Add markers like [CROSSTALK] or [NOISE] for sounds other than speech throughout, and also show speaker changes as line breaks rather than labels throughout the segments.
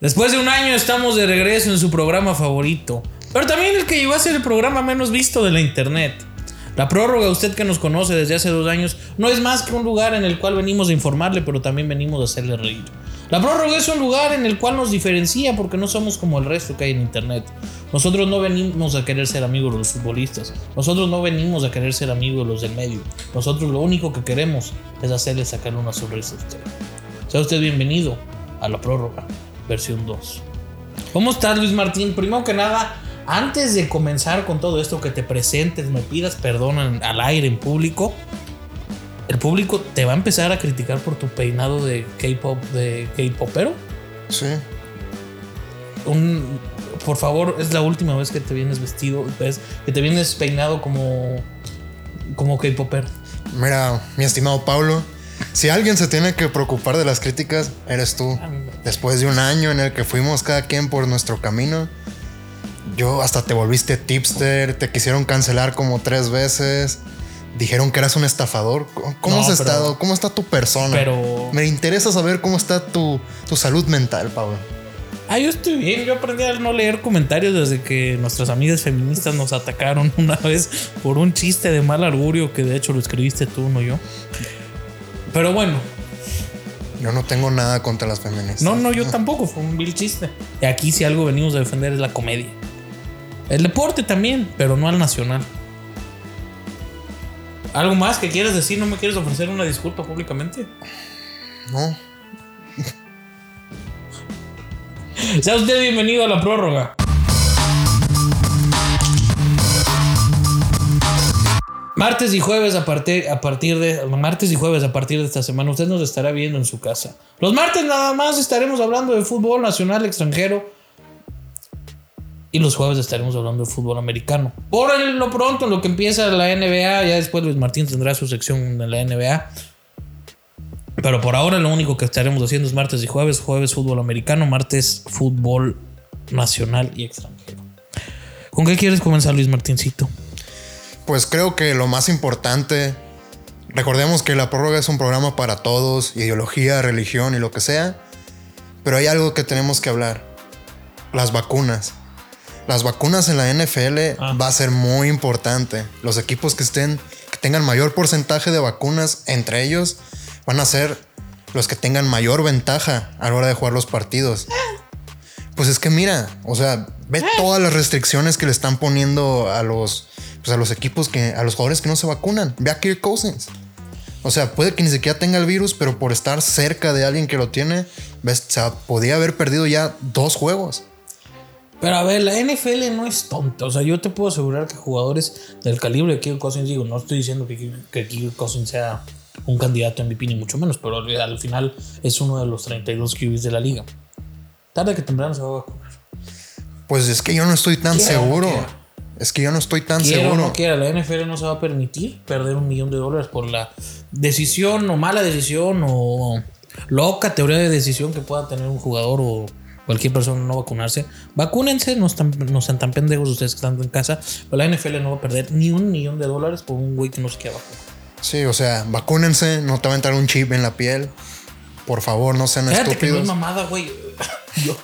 Después de un año estamos de regreso en su programa favorito, pero también el que llegó a ser el programa menos visto de la internet. La prórroga, usted que nos conoce desde hace dos años, no es más que un lugar en el cual venimos a informarle, pero también venimos a hacerle reír. La prórroga es un lugar en el cual nos diferencia porque no somos como el resto que hay en internet. Nosotros no venimos a querer ser amigos de los futbolistas. Nosotros no venimos a querer ser amigos de los del medio. Nosotros lo único que queremos es hacerle sacar una sonrisa a usted. Sea usted bienvenido a la prórroga, versión 2. ¿Cómo estás, Luis Martín? Primero que nada, antes de comenzar con todo esto, que te presentes, me pidas perdón en- al aire en público, el público te va a empezar a criticar por tu peinado de K-pop, de K-popero.
Sí.
Un, por favor, es la última vez que te vienes vestido, pues, que te vienes peinado como, como K-popero.
Mira, mi estimado Pablo, si alguien se tiene que preocupar de las críticas, eres tú. Después de un año en el que fuimos cada quien por nuestro camino, yo hasta te volviste tipster, te quisieron cancelar como tres veces, dijeron que eras un estafador. ¿Cómo- ¿Cómo
No,
has
pero-
estado? ¿Cómo está tu persona?
Pero.
Me interesa saber cómo está tu, tu salud mental, Pablo.
Ah, yo estoy bien. Yo aprendí a no leer comentarios desde que nuestras amigas feministas nos atacaron [LAUGHS] una vez por un chiste de mal augurio que de hecho lo escribiste tú, no yo. Pero bueno,
Yo no tengo nada contra las feministas.
no, no, yo tampoco. Fue un vil chiste. Y aquí, si algo venimos a defender, es la comedia. El deporte también, pero no al nacional. ¿Algo más que quieras decir? ¿No me quieres ofrecer una disculpa públicamente?
No.
Sea usted bienvenido a la prórroga. Martes y jueves a partir, a partir de martes y jueves a partir de esta semana usted nos estará viendo en su casa. Los martes nada más estaremos hablando de fútbol nacional extranjero y los jueves estaremos hablando de fútbol americano. Por el- lo pronto en lo que empieza la NBA, ya después Luis Martín tendrá su sección en la NBA. Pero por ahora lo único que estaremos haciendo es martes y jueves, jueves fútbol americano, martes fútbol nacional y extranjero. ¿Con qué quieres comenzar, Luis Martincito?
Pues creo que lo más importante, recordemos que la prórroga es un programa para todos, ideología, religión y lo que sea, pero hay algo que tenemos que hablar, las vacunas. Las vacunas en la NFL
Ah.
va a ser muy importante. Los equipos que estén, que tengan mayor porcentaje de vacunas entre ellos, van a ser los que tengan mayor ventaja a la hora de jugar los partidos. Pues es que mira, o sea,
Eh.
ve todas las restricciones que le están poniendo a los, pues a los equipos que, a los jugadores que no se vacunan. Ve a Kirk Cousins. O sea, puede que ni siquiera tenga el virus, pero por estar cerca de alguien que lo tiene, ves, o sea, podía haber perdido ya dos juegos.
Pero a ver, la NFL no es tonta. O sea, yo te puedo asegurar que jugadores del calibre de Kirk Cousins, digo, no estoy diciendo que, Kirk- que Kirk Cousins sea un candidato MVP ni mucho menos, pero al, al final es uno de los 32 QBs de la liga. Tarde que temprano se va a vacunar.
Pues es que yo no estoy tan
Quiera,
seguro.
no quiera.
Es que yo no estoy tan
Quiera o
seguro.
no quiera, la NFL no se va a permitir perder un millón de dólares por la decisión o mala decisión o loca teoría de decisión que pueda tener un jugador o cualquier persona no vacunarse. Vacúnense, no, están, no sean tan pendejos ustedes que están en casa, pero la NFL no va a perder ni un millón de dólares por un güey que no se quiera vacunar.
Sí, o sea, vacúnense, no te va a entrar un chip en la piel. Por favor, no sean
Fíjate que no es
estúpidos.
mamada, güey. [LAUGHS] Yo-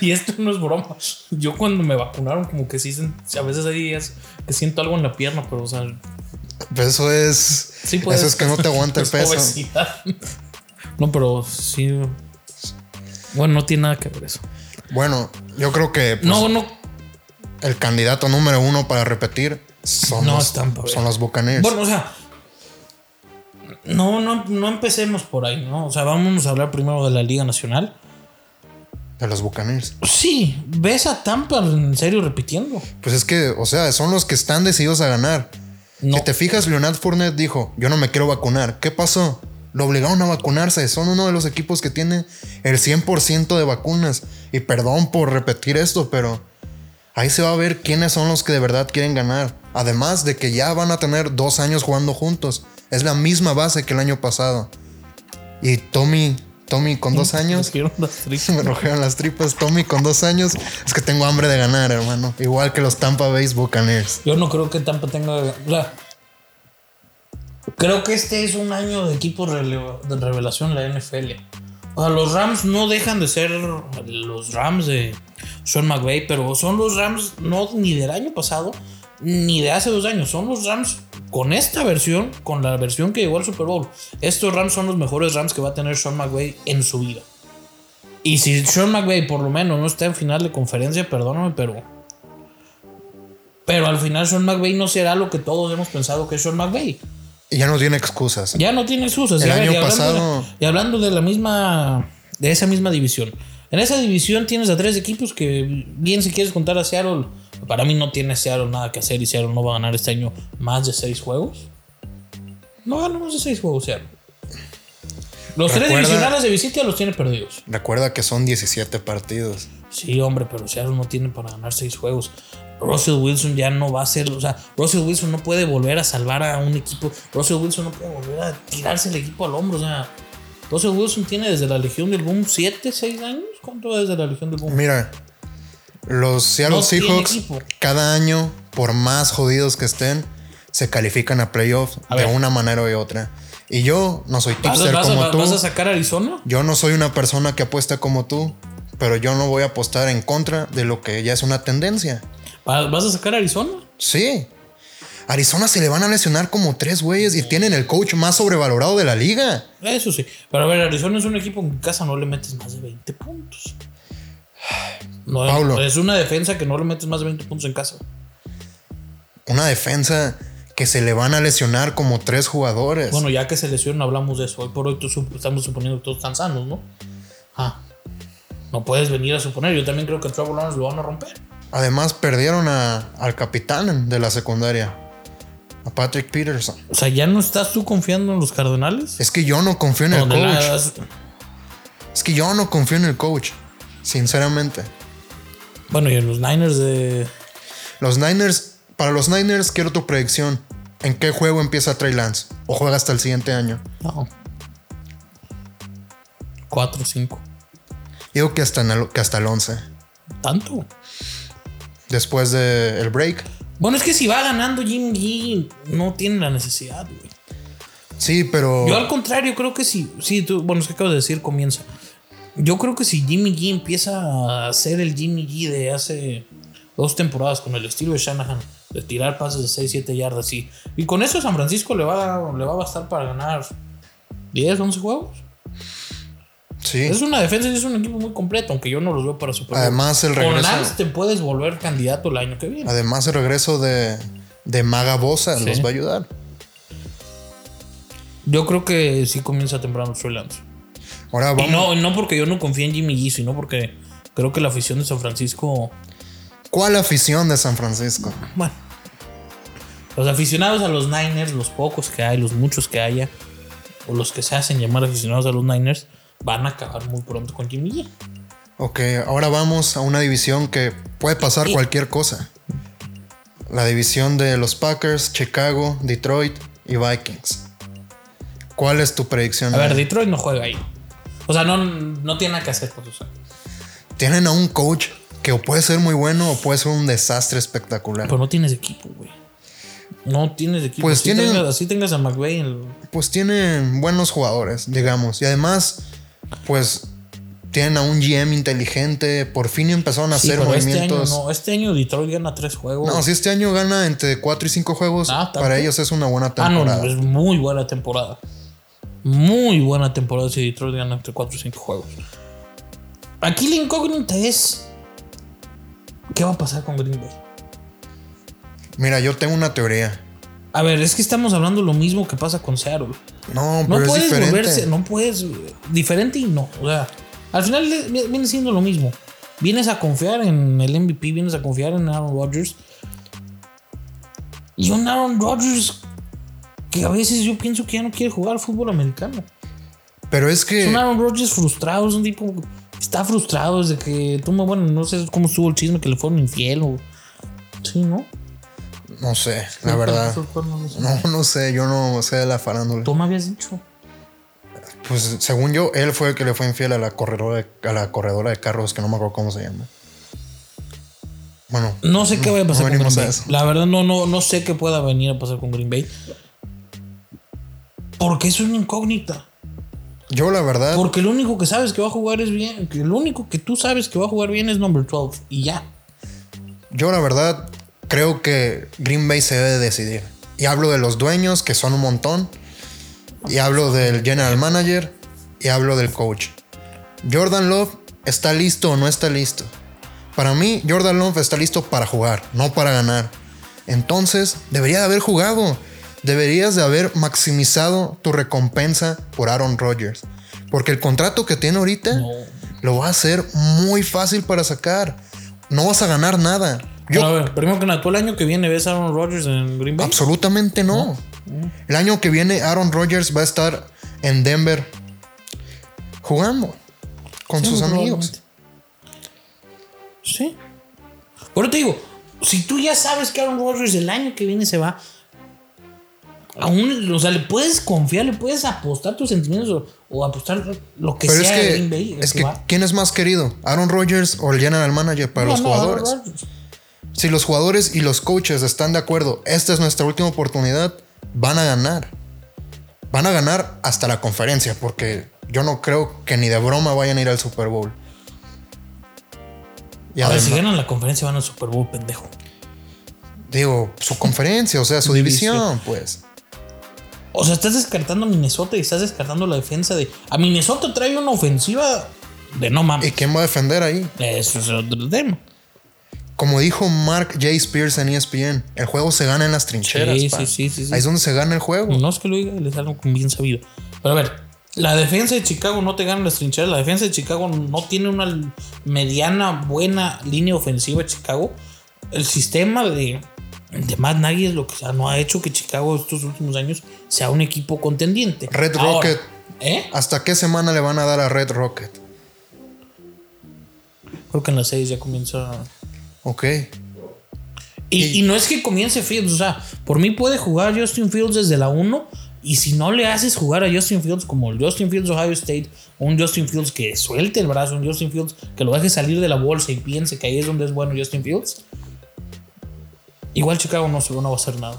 y esto no es broma. Yo cuando me vacunaron, como que sí, sen- a veces hay días que siento algo en la pierna, pero o sea,
Pues eso es.
Sí, pues.
eso es que
[LAUGHS]
no te aguanta el
Es
peso.
obesidad. No, pero sí. Bueno, no tiene nada que ver eso.
Bueno, yo creo que pues,
No, no.
el candidato número uno para repetir son,
No,
los,
están, pa'
son
ver.
los Buccaneers.
Bueno, o sea. No, no, no empecemos por ahí, ¿no? O sea, vamos a hablar primero de la Liga Nacional.
de los Buccaneers.
Sí, ves a Tampa en serio repitiendo.
Pues es que, o sea, son los que están decididos a ganar.
No. [LAUGHS]
Si te fijas, Leonard Fournette dijo: Yo no me quiero vacunar. ¿Qué pasó? Lo obligaron a vacunarse. Son uno de los equipos que tiene el 100% de vacunas. Y perdón por repetir esto, pero ahí se va a ver quiénes son los que de verdad quieren ganar. Además de que ya van a tener dos años jugando juntos. Es la misma base que el año pasado. Y Tommy, Tommy con dos años.
Hicieron las trizas.
[LAUGHS] Me rojean las tripas, Tommy, con dos años. Es que tengo hambre de ganar, hermano. Igual que los Tampa Bay Buccaneers.
Yo no creo que Tampa tenga. o sea, creo que este es un año de equipo relevo- de revelación en la NFL. O sea, los Rams no dejan de ser los Rams de Sean McVay, pero son los Rams no ni del año pasado ni de hace dos años. Son los Rams con esta versión, con la versión que llegó al Super Bowl. Estos Rams son los mejores Rams que va a tener Sean McVay en su vida. Y si Sean McVay por lo menos no está en final de conferencia, perdóname, pero. Pero al final Sean McVay no será lo que todos hemos pensado que es Sean McVay.
Y ya no tiene excusas.
Ya no tiene excusas.
El
ya-
año
y hablando
pasado-
de- y hablando de la misma. De esa misma división. En esa división tienes a tres equipos que, bien si quieres contar a Seattle, para mí no tiene Seattle nada que hacer y Seattle no va a ganar este año más de seis juegos. No gana más de seis juegos Seattle. Los tres
Recuerda-
divisionales de visita los tiene perdidos.
Recuerda que son 17 partidos.
Sí, hombre, pero Seattle no tiene para ganar seis juegos. Russell Wilson ya no va a ser, o sea, Russell Wilson no puede volver a salvar a un equipo. Russell Wilson no puede volver a tirarse el equipo al hombro. O sea, Russell Wilson tiene desde la Legión del Boom 7, 6 años. ¿Cuánto desde la Legión del Boom?
Mira, los Seattle
No tiene
Seahawks
equipo.
cada año, por más jodidos que estén, se califican a playoffs
A
de
ver.
una manera u otra. Y yo no soy
¿Vas,
tipster
vas a,
como
vas-
tú.
vas a sacar a Arizona?
Yo no soy una persona que apuesta como tú, pero yo no voy a apostar en contra de lo que ya es una tendencia.
¿Vas, vas a sacar a Arizona?
Sí. Arizona se le van a lesionar como tres güeyes y tienen el coach más sobrevalorado de la liga.
Eso sí. Pero a ver, Arizona es un equipo que en casa no le metes más de 20 puntos. No,
Pablo.
Es una defensa que no le metes más de 20 puntos en casa.
Una defensa que se le van a lesionar como tres jugadores.
Bueno, ya que se lesiona, hablamos de eso. Hoy por hoy tú sup- estamos suponiendo que todos están sanos, ¿no? Ah, no puedes venir a suponer. Yo también creo que a Trevor Lawrence lo van a romper.
Además, perdieron a- al capitán de la secundaria, a Patrick Peterson.
O sea, ¿ya no estás tú confiando en los Cardenales?
Es que yo no confío en el
Donde
coach.
la-
Es que yo no confío en el coach, sinceramente.
bueno, y en los Niners de...
Los Niners, para los Niners, quiero tu predicción. ¿En qué juego empieza Trey Lance? ¿O juega hasta el siguiente año?
No. 4, 5.
Digo que hasta, en el- que hasta el 11.
¿Tanto?
Después del break.
Bueno, es que si va ganando Jim G, no tiene la necesidad, güey.
Sí, pero
Yo al contrario, creo que si, sí, tú, bueno, es que acabas de decir, comienza. Yo creo que si Jimmy G empieza a ser el Jimmy G de hace dos temporadas con el estilo de Shanahan, de tirar pases de 6, 7 yardas, sí. Y con eso San Francisco le va, a- le va a bastar para ganar 10, 11 juegos.
sí.
Es una defensa y es un equipo muy completo, aunque yo no los veo para superar.
Además, el
con
regreso-
Lance te puedes volver candidato el año que viene.
Además, el regreso de, de Maga Bosa
Sí.
los va a ayudar.
Yo creo que sí comienza temprano Trey Lance.
Ahora
Y
vamos.
no, no porque yo no confíe en Jimmy G, sino porque creo que la afición de San Francisco
¿Cuál afición de San Francisco?
Bueno. Los aficionados a los Niners, los pocos que hay, los muchos que haya, o los que se hacen llamar aficionados a los Niners, van a acabar muy pronto con Jimmy G.
Ok, ahora vamos a una división que puede pasar
Y-
cualquier cosa. La división de los Packers, Chicago, Detroit y Vikings. ¿Cuál es tu predicción?
A ver, Detroit no juega ahí. O sea, no, no tiene nada que hacer con sus actos.
Tienen a un coach que o puede ser muy bueno o puede ser un desastre espectacular.
Pero no tienes equipo, güey. No tienes equipo.
Pues
así,
tienen-
tengas, así tengas a McVay. el-
Pues tienen buenos jugadores, digamos. Y además, pues tienen a un GM inteligente. Por fin empezaron a
Sí,
hacer
pero este año
movimientos.
no. Este año Detroit gana tres juegos.
no. si este año gana entre 4 y 5 juegos,
Ah, ¿tanto?
para ellos es una buena
ah, no,
temporada.
es muy buena temporada. Muy buena temporada si Detroit gana entre 4 o 5 juegos. Aquí la incógnita es. ¿Qué va a pasar con Green Bay?
Mira, yo tengo una teoría.
A ver, es que estamos hablando lo mismo que pasa con Seattle.
No,
No
pero es
puedes
diferente.
volverse, no puedes. Diferente y no. O sea, al final le- vi- viene siendo lo mismo. Vienes a confiar en el MVP, vienes a confiar en Aaron Rodgers. Y un Aaron Rodgers que a veces yo pienso que ya no quiere jugar al fútbol americano.
Pero es que
Es un Aaron Rodgers frustrado, es un tipo que está frustrado desde que toma, bueno, no sé cómo estuvo el chisme que le fueron infiel o. Sí, ¿no?
no sé, la verdad. No, no sé, yo no sé de la farándula.
Tú me habías dicho.
Pues según yo, él fue el que le fue infiel a la corredora de, a la corredora de carros, que no me acuerdo cómo se llama. Bueno,
No sé qué vaya a pasar
no
con Green
venimos a
Bay.
eso.
La verdad, no, no, no sé qué pueda venir a pasar con Green Bay. Porque es una incógnita.
Yo, la verdad,
Porque el único que sabes que va a jugar es bien. que El único que tú sabes que va a jugar bien es number 12. Y ya.
yo la verdad creo que Green Bay se debe decidir. Y hablo de los dueños, que son un montón. Y hablo del general manager. Y hablo del coach. Jordan Love está listo o no está listo. Para mí, Jordan Love está listo para jugar, no para ganar. Entonces, debería de haber jugado. Deberías de haber maximizado tu recompensa por Aaron Rodgers. Porque el contrato que tiene ahorita lo va a hacer muy fácil para sacar. No vas a ganar nada. Yo
a ver, primero que nada, ¿tú el año que viene ves a Aaron Rodgers en Green Bay?
absolutamente no. El año que viene Aaron Rodgers va a estar en Denver jugando con
Sí,
sus amigos.
probablemente. Sí. Pero te digo, si tú ya sabes que Aaron Rodgers el año que viene se va, aún, o sea, le puedes confiar, le puedes apostar tus sentimientos o, o apostar lo que
Pero es
sea de Green
que,
Bay.
es
que
que,
va.
¿quién es más querido? ¿Aaron Rodgers o el general manager para
No,
los
no, Aaron
jugadores?
Rodgers.
Si los jugadores y los coaches están de acuerdo, esta es nuestra última oportunidad, van a ganar. Van a ganar hasta la conferencia, porque yo no creo que ni de broma vayan a ir al Super Bowl. Y
A ver,
además-
si ganan la conferencia van al Super Bowl, pendejo.
Digo, su conferencia, o sea, su división, pues.
O sea, estás descartando a Minnesota y estás descartando la defensa de. A Minnesota trae una ofensiva de no
¿Y
mames.
quién va a defender ahí?
Eso es otro tema.
Como dijo Mark J. Spears en E ESPN, el juego se gana en las trincheras.
Sí,
pa.
sí, sí, sí, Mm. sí.
Ahí es donde se gana el juego.
No es que lo diga, les algo bien sabido. Pero a ver, la defensa de Chicago no te gana las trincheras. La defensa de Chicago no tiene una mediana, buena línea ofensiva de Chicago. El sistema de, de Matt Nagy es lo que o sea, no ha hecho que Chicago estos últimos años sea un equipo contendiente.
Red
Ahora,
Rocket.
¿Eh?
¿Hasta qué semana le van a dar a Red Rocket?
Creo que en las seis ya comienza.
Ok.
Y, y no es que comience Fields, o sea, por mí puede jugar Justin Fields desde la 1 y si no le haces jugar a Justin Fields como el Justin Fields Ohio State, un Justin Fields que suelte el brazo, un Justin Fields que lo deje salir de la bolsa y piense que ahí es donde es bueno Justin Fields, igual Chicago no, se- no va a hacer nada.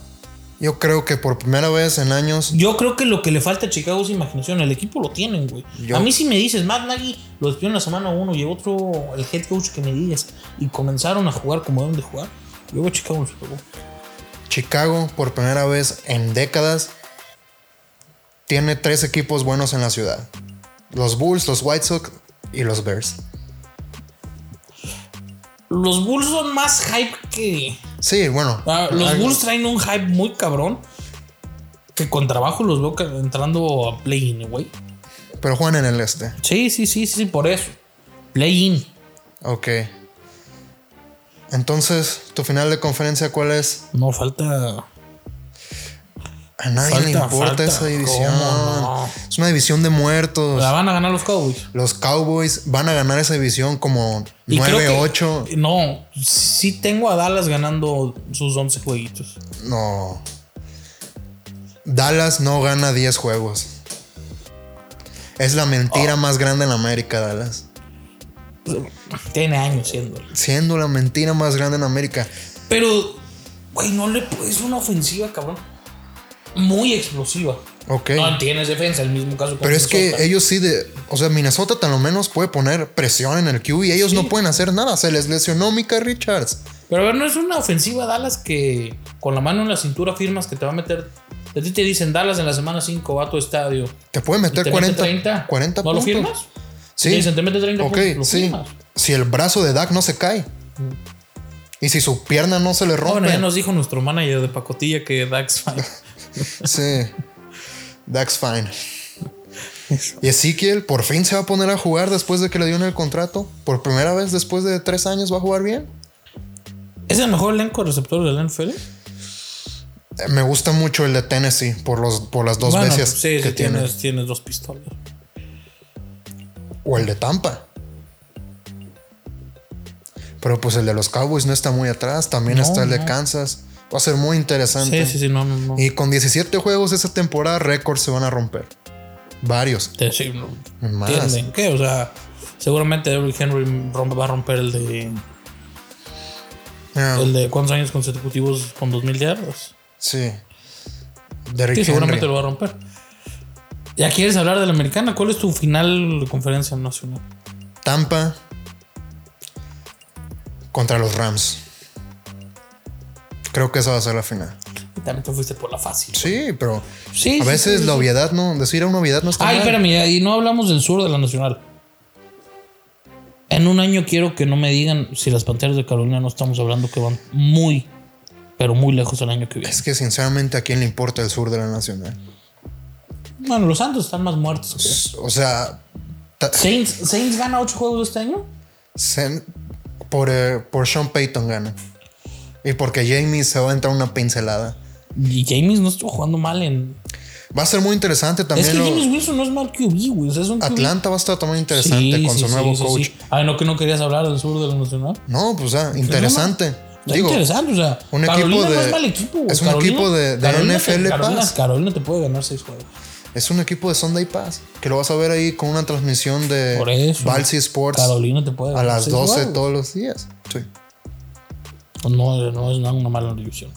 Yo creo que por primera vez en años.
Yo creo que lo que le falta a Chicago es imaginación. El equipo lo tienen, güey.
Yo-
A mí si me dices, Matt Nagy lo despidió en la semana uno y otro, el head coach que me digas, y comenzaron a jugar como deben de jugar, luego Chicago lo jugó.
Chicago, por primera vez en décadas, tiene tres equipos buenos en la ciudad: los Bulls, los White Sox y los Bears.
Los Bulls son más hype que.
Sí, bueno.
Ah, los
algo-
Bulls traen un hype muy cabrón. Que con trabajo los veo ca- entrando a play-in, güey.
Pero juegan en el este.
Sí, sí, sí, sí, por eso. Play-in.
Ok. Entonces, tu final de conferencia, ¿cuál es?
No falta.
A nadie le
Falta,
importa
falta.
esa división.
¿Cómo no?
Es una división de muertos.
La van a ganar los Cowboys.
Los Cowboys van a ganar esa división como
Y creo que-
9-8.
No, sí tengo a Dallas ganando sus 11 jueguitos.
No. Dallas no gana 10 juegos. Es la mentira
Oh.
más grande en América, Dallas.
Tiene años siendo.
Siendo la mentira más grande en América.
Pero, güey, no le puedes una ofensiva, cabrón. Muy explosiva.
Ok.
No tienes defensa, el mismo caso con
Pero es que
Minnesota.
ellos sí de. O sea, Minnesota tan lo menos puede poner presión en el QB. Ellos no pueden hacer nada. Se les lesionó Mika Richards.
Pero a ver, no es una ofensiva Dallas que con la mano en la cintura firmas que te va a meter. A ti te dicen Dallas en la semana 5 va a tu estadio.
Te puede
y
meter
te
40,
mete 30.
40
¿No lo
puntos.
firmas?
Sí.
Te dicen, te mete 30
Ok,
puntos. ¿Lo
sí.
firmas?
Si el brazo de Dak no se cae. Y si su pierna no se le
Ah,
rompe.
bueno, ya nos dijo nuestro manager de pacotilla que Dax fine.
[LAUGHS] Sí. Dak's fine. Y Ezequiel por fin se va a poner a jugar después de que le dieron el contrato. Por primera vez después de tres años va a jugar bien.
¿Es el mejor elenco de receptores del NFL?
Eh, Me gusta mucho el de Tennessee por, los, por las dos
Bueno,
veces
sí,
que
sí,
tiene.
tienes, tienes dos pistolas.
O el de Tampa. Pero pues el de los Cowboys no está muy atrás. También
No,
está el de
no.
Kansas. Va a ser muy interesante.
Sí, sí, sí, no, no, no.
Y con 17 juegos esa temporada, récords se van a romper. Varios.
Te- sí, no.
Más.
¿Entienden qué? O sea, seguramente Derrick Henry rompe- va a romper el de,
Ah,
el de cuántos años consecutivos con 2000 yardas.
sí. Derrick
Sí, seguramente
Henry.
lo va a romper. ¿Ya quieres hablar de la americana? ¿Cuál es tu final de conferencia nacional?
Tampa contra los Rams. Creo que esa va a ser la final.
Y También te fuiste por la fácil.
Sí, pero
Sí.
a
sí,
veces
sí,
la
sí.
obviedad no, decir a una obviedad no está
Ay,
mal.
espérame, y no hablamos del sur de la nacional. En un año quiero que no me digan si las panteras de Carolina no estamos hablando que van muy, pero muy lejos el año que viene.
Es que sinceramente a quién le importa el sur de la nacional.
Bueno, los Santos están más muertos. que-
O sea, ta-
Saints, Saints gana 8 juegos este año.
se- por, eh, por Sean Payton gana. Y porque Jamie se va a entrar una pincelada.
Y James no estuvo jugando mal en.
Va a ser muy interesante
Es
también.
que
lo-
James Wilson no es mal QB, güey. o sea, es un QB.
Atlanta va a estar también interesante
Sí,
con
sí,
su
sí,
nuevo
sí,
coach.
sí. Ay, no, que no querías hablar del sur de la nacional.
No, pues ah, interesante.
Está
Digo,
interesante, o sea,
un
Carolina
equipo
no
de-
es mal equipo. güey.
es un
Carolina-
equipo de- de
Carolina te-
NFL
Carolina,
Paz.
Carolina te puede ganar 6 juegos.
es un equipo de Sunday Pass que lo vas a ver ahí con una transmisión de
Por eso.
Balsi Sports
Carolina te puede
a
ganar
las
seis
12
juegos.
todos los días. Sí.
No, no es una mala división.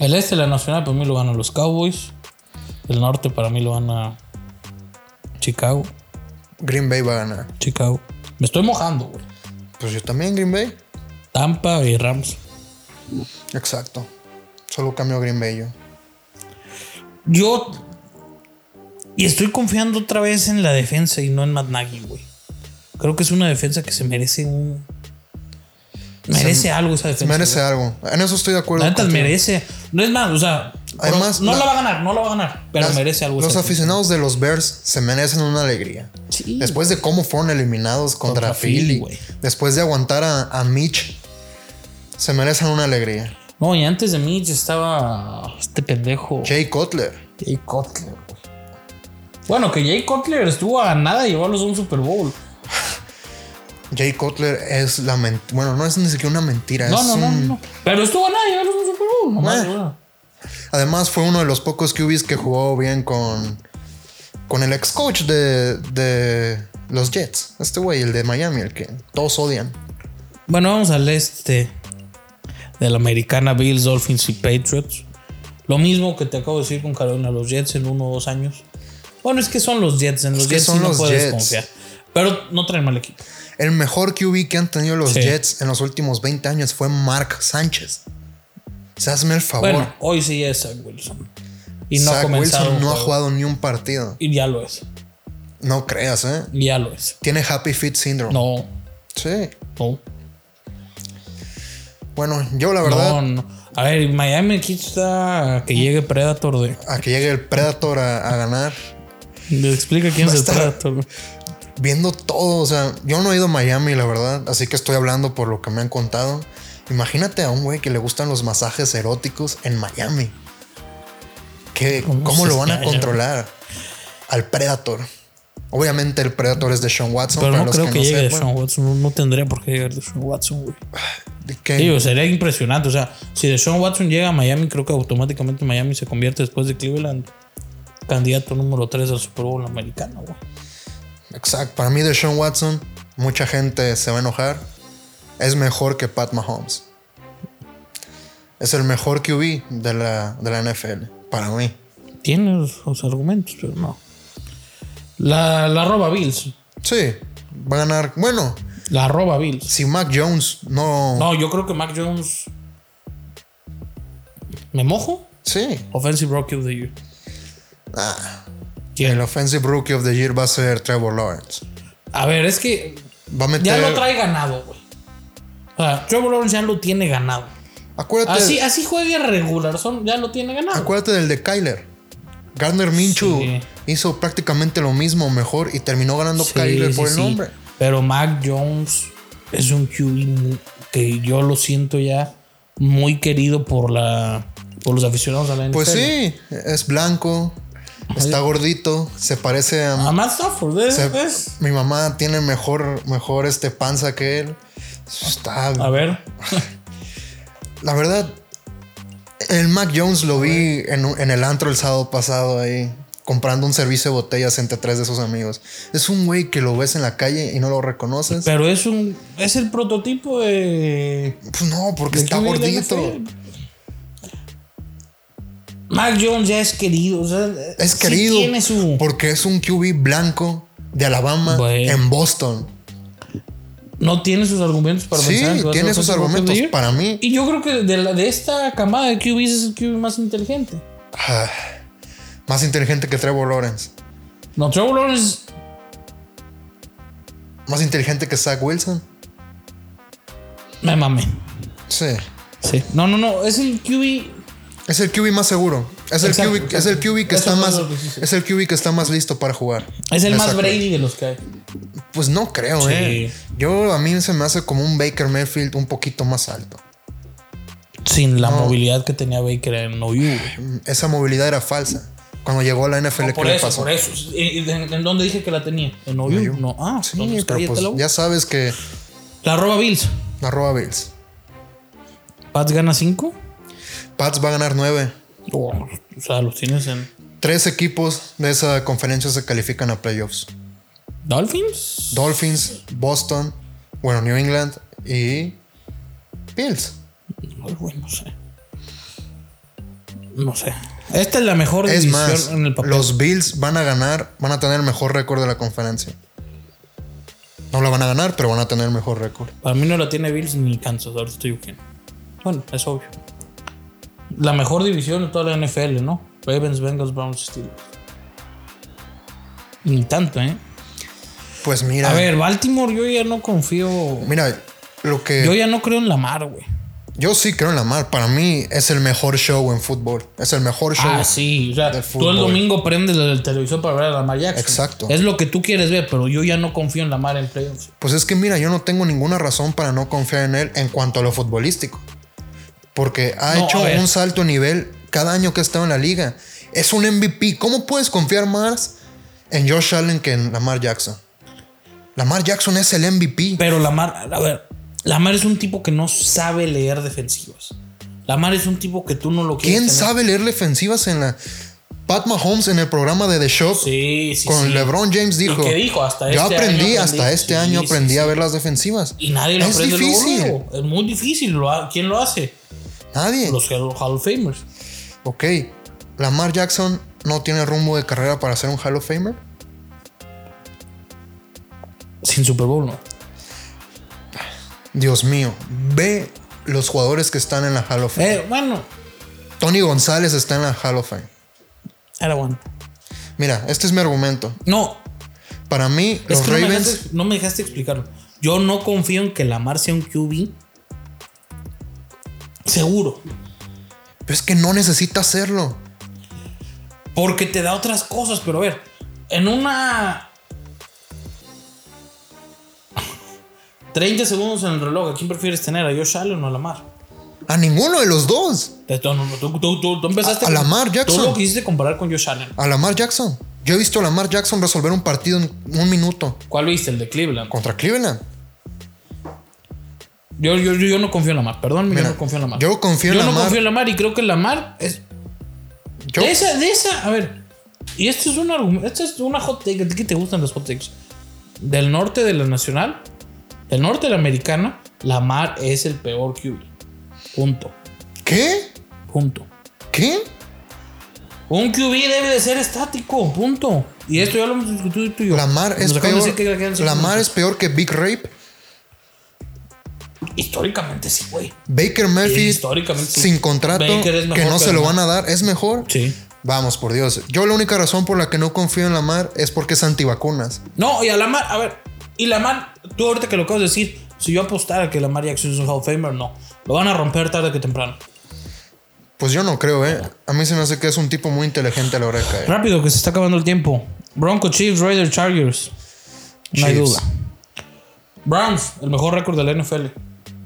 El este de la nacional para mí lo ganan los Cowboys. El norte para mí lo gana Chicago.
Green Bay va a ganar.
Chicago. Me estoy mojando, güey.
Pues yo también, Green Bay.
Tampa y Rams.
Exacto. Solo cambio a Green Bay yo.
Yo. Y estoy confiando otra vez en la defensa y no en Matt Nagy, güey. Creo que es una defensa que se merece un. Merece algo esa defensa.
Merece algo. En eso estoy de acuerdo.
La neta
contigo.
merece. No es más, o sea.
Además,
no
la-
la, va a ganar, no la va a ganar. Pero
Las-
merece algo.
Los
esa defensa.
aficionados de los Bears se merecen una alegría.
Sí.
Después de cómo fueron eliminados contra,
Contra
Philly,
Philly, güey.
después de aguantar a, a Mitch, se merecen una alegría.
No, y antes de mí ya estaba este pendejo.
Jay Cutler.
Jay Cutler, güey. Bueno, que Jay Cutler estuvo a nada de llevarlos a un Super Bowl.
Jay Cutler es la mentira. Bueno, no es ni siquiera una mentira.
No,
es
no, no,
un-
no. Pero estuvo a nada de llevarlos a un Super Bowl. nomás,
Eh.
güey.
Además, fue uno de los pocos QBs que jugó bien con, con el ex coach de, de los Jets. Este güey, el de Miami, el que todos odian.
Bueno, vamos al este de la americana Bills, Dolphins y Patriots. Lo mismo que te acabo de decir con Carolina, los Jets en uno o dos años. Bueno, es que son los Jets, en los
que
Jets sí
son
no
los
puedes
Jets.
confiar. Pero no traen mal equipo.
El mejor QB que han tenido los
Sí.
Jets en los últimos 20 años fue Mark Sánchez. O sea, hazme el favor.
Bueno, hoy sí ya es Zach Wilson. Y no ha
Zach
comenzado.
Wilson
un
no ha
juego.
jugado ni un partido.
Y ya lo es.
No creas, ¿eh?
y Ya lo es.
Tiene Happy Feet Syndrome.
No,
Sí.
no,
Bueno, yo la verdad,
no, no. A ver, Miami aquí está que llegue Predator de.
a que llegue el Predator a, a ganar,
Le explica quién
Va
es
a
el
estar-
Predator.
viendo todo, o sea, yo no he ido a Miami, la verdad, así que estoy hablando por lo que me han contado. Imagínate a un güey que le gustan los masajes eróticos en Miami. ¿Qué, ¿Cómo,
¿Cómo se
lo van a
llama?
controlar? Al Predator. Obviamente el Predator es de Sean Watson,
Pero
para
no
los
creo
que
que,
no
llegue de
sepan.
Sean Watson. No, no tendría por qué llegar de Sean Watson, güey.
¿De qué?
Sí, o sería impresionante. O sea, si Deshaun Watson llega a Miami, creo que automáticamente Miami se convierte después de Cleveland candidato número 3 al Super Bowl americano, güey.
Exacto. Para mí, de Sean Watson, mucha gente se va a enojar. Es mejor que Pat Mahomes. Es el mejor QB de la, de la NFL. Para mí.
Tiene los, los argumentos, pero no. La, la roba Bills.
Sí. Va a ganar. Bueno,
La roba Bills.
si Mac Jones no.
No, yo creo que Mac Jones. ¿Me mojo?
Sí.
Offensive Rookie of the Year.
Ah,
¿Quién?
el Offensive Rookie of the Year va a ser Trevor Lawrence.
A ver, es que
Va a meter.
ya lo trae ganado, güey. O sea, Trevor Lawrence ya lo tiene ganado.
Acuérdate,
Así, así juegue regular, son, ya lo tiene ganado.
acuérdate del de Kyler. Gardner Minshew
Sí.
hizo prácticamente lo mismo, mejor, y terminó ganando
Sí,
Kyler por
sí,
el
sí.
nombre.
Pero Mac Jones es un QB mu- que yo lo siento ya muy querido por la por los aficionados a la NFL.
Pues sí, es blanco, está gordito, se parece a...
A Matt Stafford, es-
se-
es-
mi mamá tiene mejor, mejor este panza que él. Está...
A ver,
La verdad, el Mac Jones lo vi en, un- en el antro el sábado pasado ahí, comprando un servicio de botellas entre tres de sus amigos. Es un güey que lo ves en la calle y no lo reconoces.
pero es un es el prototipo de
Pues no, porque
de
está
QB de
gordito.
NFL. Mac Jones ya es querido. o sea,
Es
sí
querido
tiene su.
porque es un QB blanco de Alabama
Güey.
en Boston.
No tiene sus argumentos para
sí,
pensar. que va a
tiene
ser
sus
otro Walker
argumentos.
Mayer.
Para mí,
Y yo creo que de, la, de esta camada de QBs es el QB más inteligente.
ah, más inteligente que Trevor Lawrence.
No, Trevor Lawrence.
Más inteligente que Zach Wilson.
Me mame.
Sí.
Sí. No, no, no. Es el QB.
Es el QB más seguro. Es el,
Exacto,
QB,
exacto.
Es el QB
Eso
que está
fue
más.
lo que quise.
Es el QB que está más listo para jugar.
Es el más
Exacto.
Brady de los que hay.
Pues no creo,
Sí.
eh. Yo a mí se me hace como un Baker Mayfield un poquito más alto.
Sin la movilidad que tenía Baker en OU. güey.
Esa movilidad era falsa. Cuando llegó a la NFL,
por
¿qué le
eso,
pasó?
por eso. ¿Y- y ¿En, en dónde dije que la tenía? En OU.
No, yo.
No, ah,
Sí,
entonces
pero pues
cállatela, güey.
ya sabes que
La roba Bills.
arroba Bills.
Pats gana 5.
Pats va a ganar nueve.
Oh, o sea, los tienes en.
Tres equipos de esa conferencia se califican a playoffs.
Dolphins.
Dolphins, Boston, bueno, New England y Bills.
Ay, güey, no sé. No sé. Esta es la mejor
Es
división
más,
en el papel.
los Bills van a ganar, van a tener el mejor récord de la conferencia. No la van a ganar, pero van a tener el mejor récord.
Para mí no la tiene Bills ni Kansas. Ahora estoy buscando. Bueno, es obvio. La mejor división de toda la NFL, ¿no? Ravens, Bengals, Browns, Steelers. Ni tanto, ¿eh?
Pues mira,
A ver, Baltimore, yo ya no confío.
mira, lo que
Yo
yo,
ya no creo en la mar, güey.
sí creo en la mar, para mí es el mejor show en fútbol. Es el mejor show.
Ah, sí. O sea,
del
tú el
fútbol.
domingo prendes el televisor para ver a la Mar Jackson.
Exacto.
Es lo que tú quieres ver, pero yo ya no confío en la Mar en playoffs.
Pues es que mira, yo no tengo ninguna razón para no confiar en él en cuanto a lo futbolístico. Porque ha
No,
hecho
a ver.
un salto de nivel cada año que ha estado en la liga. Es un MVP. ¿Cómo puedes confiar más en Josh Allen que en Lamar Jackson? Lamar Jackson es el MVP.
Pero Lamar, a ver, Lamar es un tipo que no sabe leer defensivas. Lamar es un tipo que tú no lo quieres.
¿Quién
tener.
sabe leer defensivas en la... Pat Mahomes en el programa de The Shop
Sí, sí,
con
sí.
LeBron James dijo...
qué dijo? Hasta
yo
este
aprendí,
año
hasta
aprendí". Sí,
este año
sí,
aprendí
sí.
a ver las defensivas.
Y nadie lo
es
aprende luego,
difícil.
luego. Es muy difícil. Lo ha- ¿Quién lo hace?
Nadie.
Los Hall Hall of Famers.
Ok, Lamar Jackson no tiene rumbo de carrera para ser un Hall of Famer.
Sin Super Bowl, no.
Dios mío, ve los jugadores que están en la Hall of Fame.
Eh, bueno,
Tony González está en la Hall of Fame.
era bueno.
Mira, este es mi argumento.
No,
Para mí,
Es
los
que no, me
Ravens.
dejaste, no me dejaste explicarlo. Yo no confío en que Lamar sea un QB. Seguro.
pero es que no necesita hacerlo.
Porque te da otras cosas. Pero a ver, en una. [LAUGHS] 30 segundos en el reloj. ¿A quién prefieres tener? ¿A Josh Allen o a Lamar?
A ninguno de los dos.
Te- Tú, no, no, tú- tú- tú- tú empezaste.
A- a
con-
Lamar Jackson.
Tú lo quisiste comparar con Josh Allen.
A Lamar Jackson. Yo he visto a Lamar Jackson resolver un partido en un minuto
¿Cuál viste? El de Cleveland.
contra Cleveland.
Yo, yo, yo, yo no confío en Lamar. Perdón, yo
Mira,
no confío en Lamar.
yo confío en
Yo no
Lamar.
confío en Lamar y creo que Lamar es,
Yo,
De esa, de esa, a ver. Y esto es un argumento, esto es una hot take. ¿A ti qué te gustan las hot takes? Del norte de la nacional, del norte de la americana, Lamar es el peor QB. Punto.
¿Qué?
Punto.
¿Qué?
Un QB debe de ser estático. Punto. Y esto ya lo hemos discutido tú y yo.
Lamar es
Nos acaban de decir
peor.
que quedan cinco
Lamar es
minutos.
peor que Big Rape.
Históricamente sí, güey.
Baker Murphy
históricamente sí.
sin contrato
Baker es mejor
que no
que
se lo
Lamar.
van a dar es mejor.
Sí.
Vamos, por Dios. Yo la única razón por la que no confío en Lamar es porque es antivacunas.
No, y a Lamar, a ver, y Lamar, tú ahorita que lo acabas de decir, si yo apostara que Lamar Jackson es un Hall of Famer, no. Lo van a romper tarde que temprano.
Pues yo no creo, ¿eh? A mí se me hace que es un tipo muy inteligente a la hora de caer.
Rápido, que se está acabando el tiempo. Bronco, Chiefs, Raiders, Chargers. No hay
Chiefs.
duda. Browns, el mejor récord de la NFL.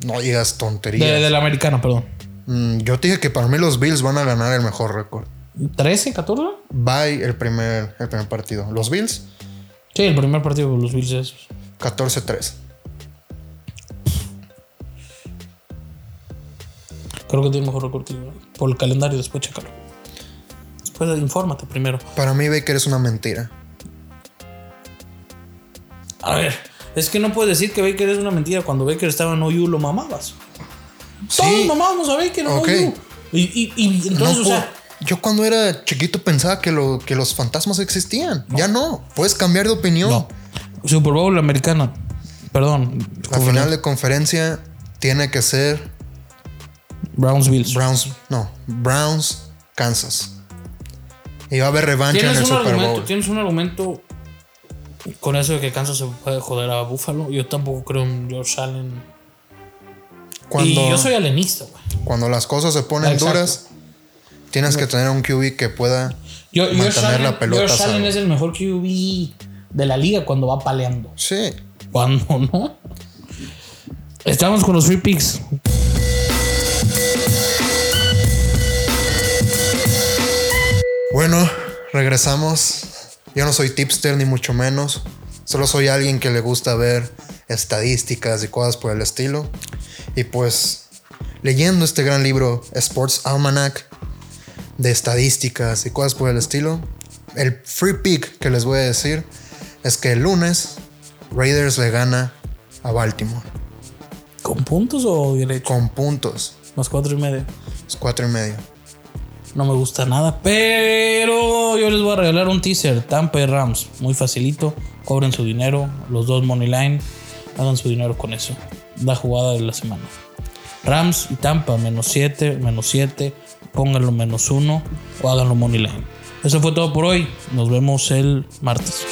No digas
De,
tonterías.
de la americana, perdón.
Mm, yo te dije que para mí los Bills van a ganar el mejor récord.
¿13, 14?
Bye el primer, el primer partido. Los Bills,
Sí, el primer partido de los Bills esos.
14-3.
Creo que tiene mejor récord que el- por el calendario, después chécalo. Después infórmate primero.
Para mí Baker es una mentira.
A ver, es que no puedes decir que Baker es una mentira. Cuando Baker estaba en OU lo mamabas. Todos
Sí,
mamábamos a Baker en
ok.
OU. Y, y- y entonces,
No
o sea,
Yo cuando era chiquito pensaba que, lo, que los fantasmas existían. Ya no. Puedes cambiar de opinión.
No. Super Bowl americana. Perdón.
La final de conferencia tiene que ser
Browns Bills.
Browns. No. Browns, Kansas. Y va a haber revancha en
¿Tienes
el
un,
Super
argumento,
Bowl.
Tienes un argumento con eso de que Kansas se puede joder a Buffalo. Yo tampoco creo en George Allen.
Cuando,
Y yo soy alenista, güey.
cuando las cosas se ponen
Exacto.
duras, tienes que tener un QB que pueda
Yo, George
mantener
Allen-
la pelota.
George Allen
salvo.
es el mejor QB de la liga cuando va paleando.
Sí.
¿Cuándo no? Estamos con los free picks.
Bueno, regresamos. Yo no soy tipster ni mucho menos. Solo soy alguien que le gusta ver estadísticas y cosas por el estilo. Y pues leyendo este gran libro Sports Almanac de estadísticas y cosas por el estilo, el free pick que les voy a decir es que el lunes Raiders le gana a Baltimore
¿Con puntos o bien hecho?
con puntos.
Más cuatro y medio.
Es cuatro y medio.
No me gusta nada, pero yo les voy a regalar un teaser. Tampa y Rams. Muy facilito. Cobren su dinero. Los dos money line. Hagan su dinero con eso. La jugada de la semana. Rams y Tampa, menos 7, menos 7. Pónganlo menos 1 o háganlo money line. Eso fue todo por hoy. Nos vemos el martes.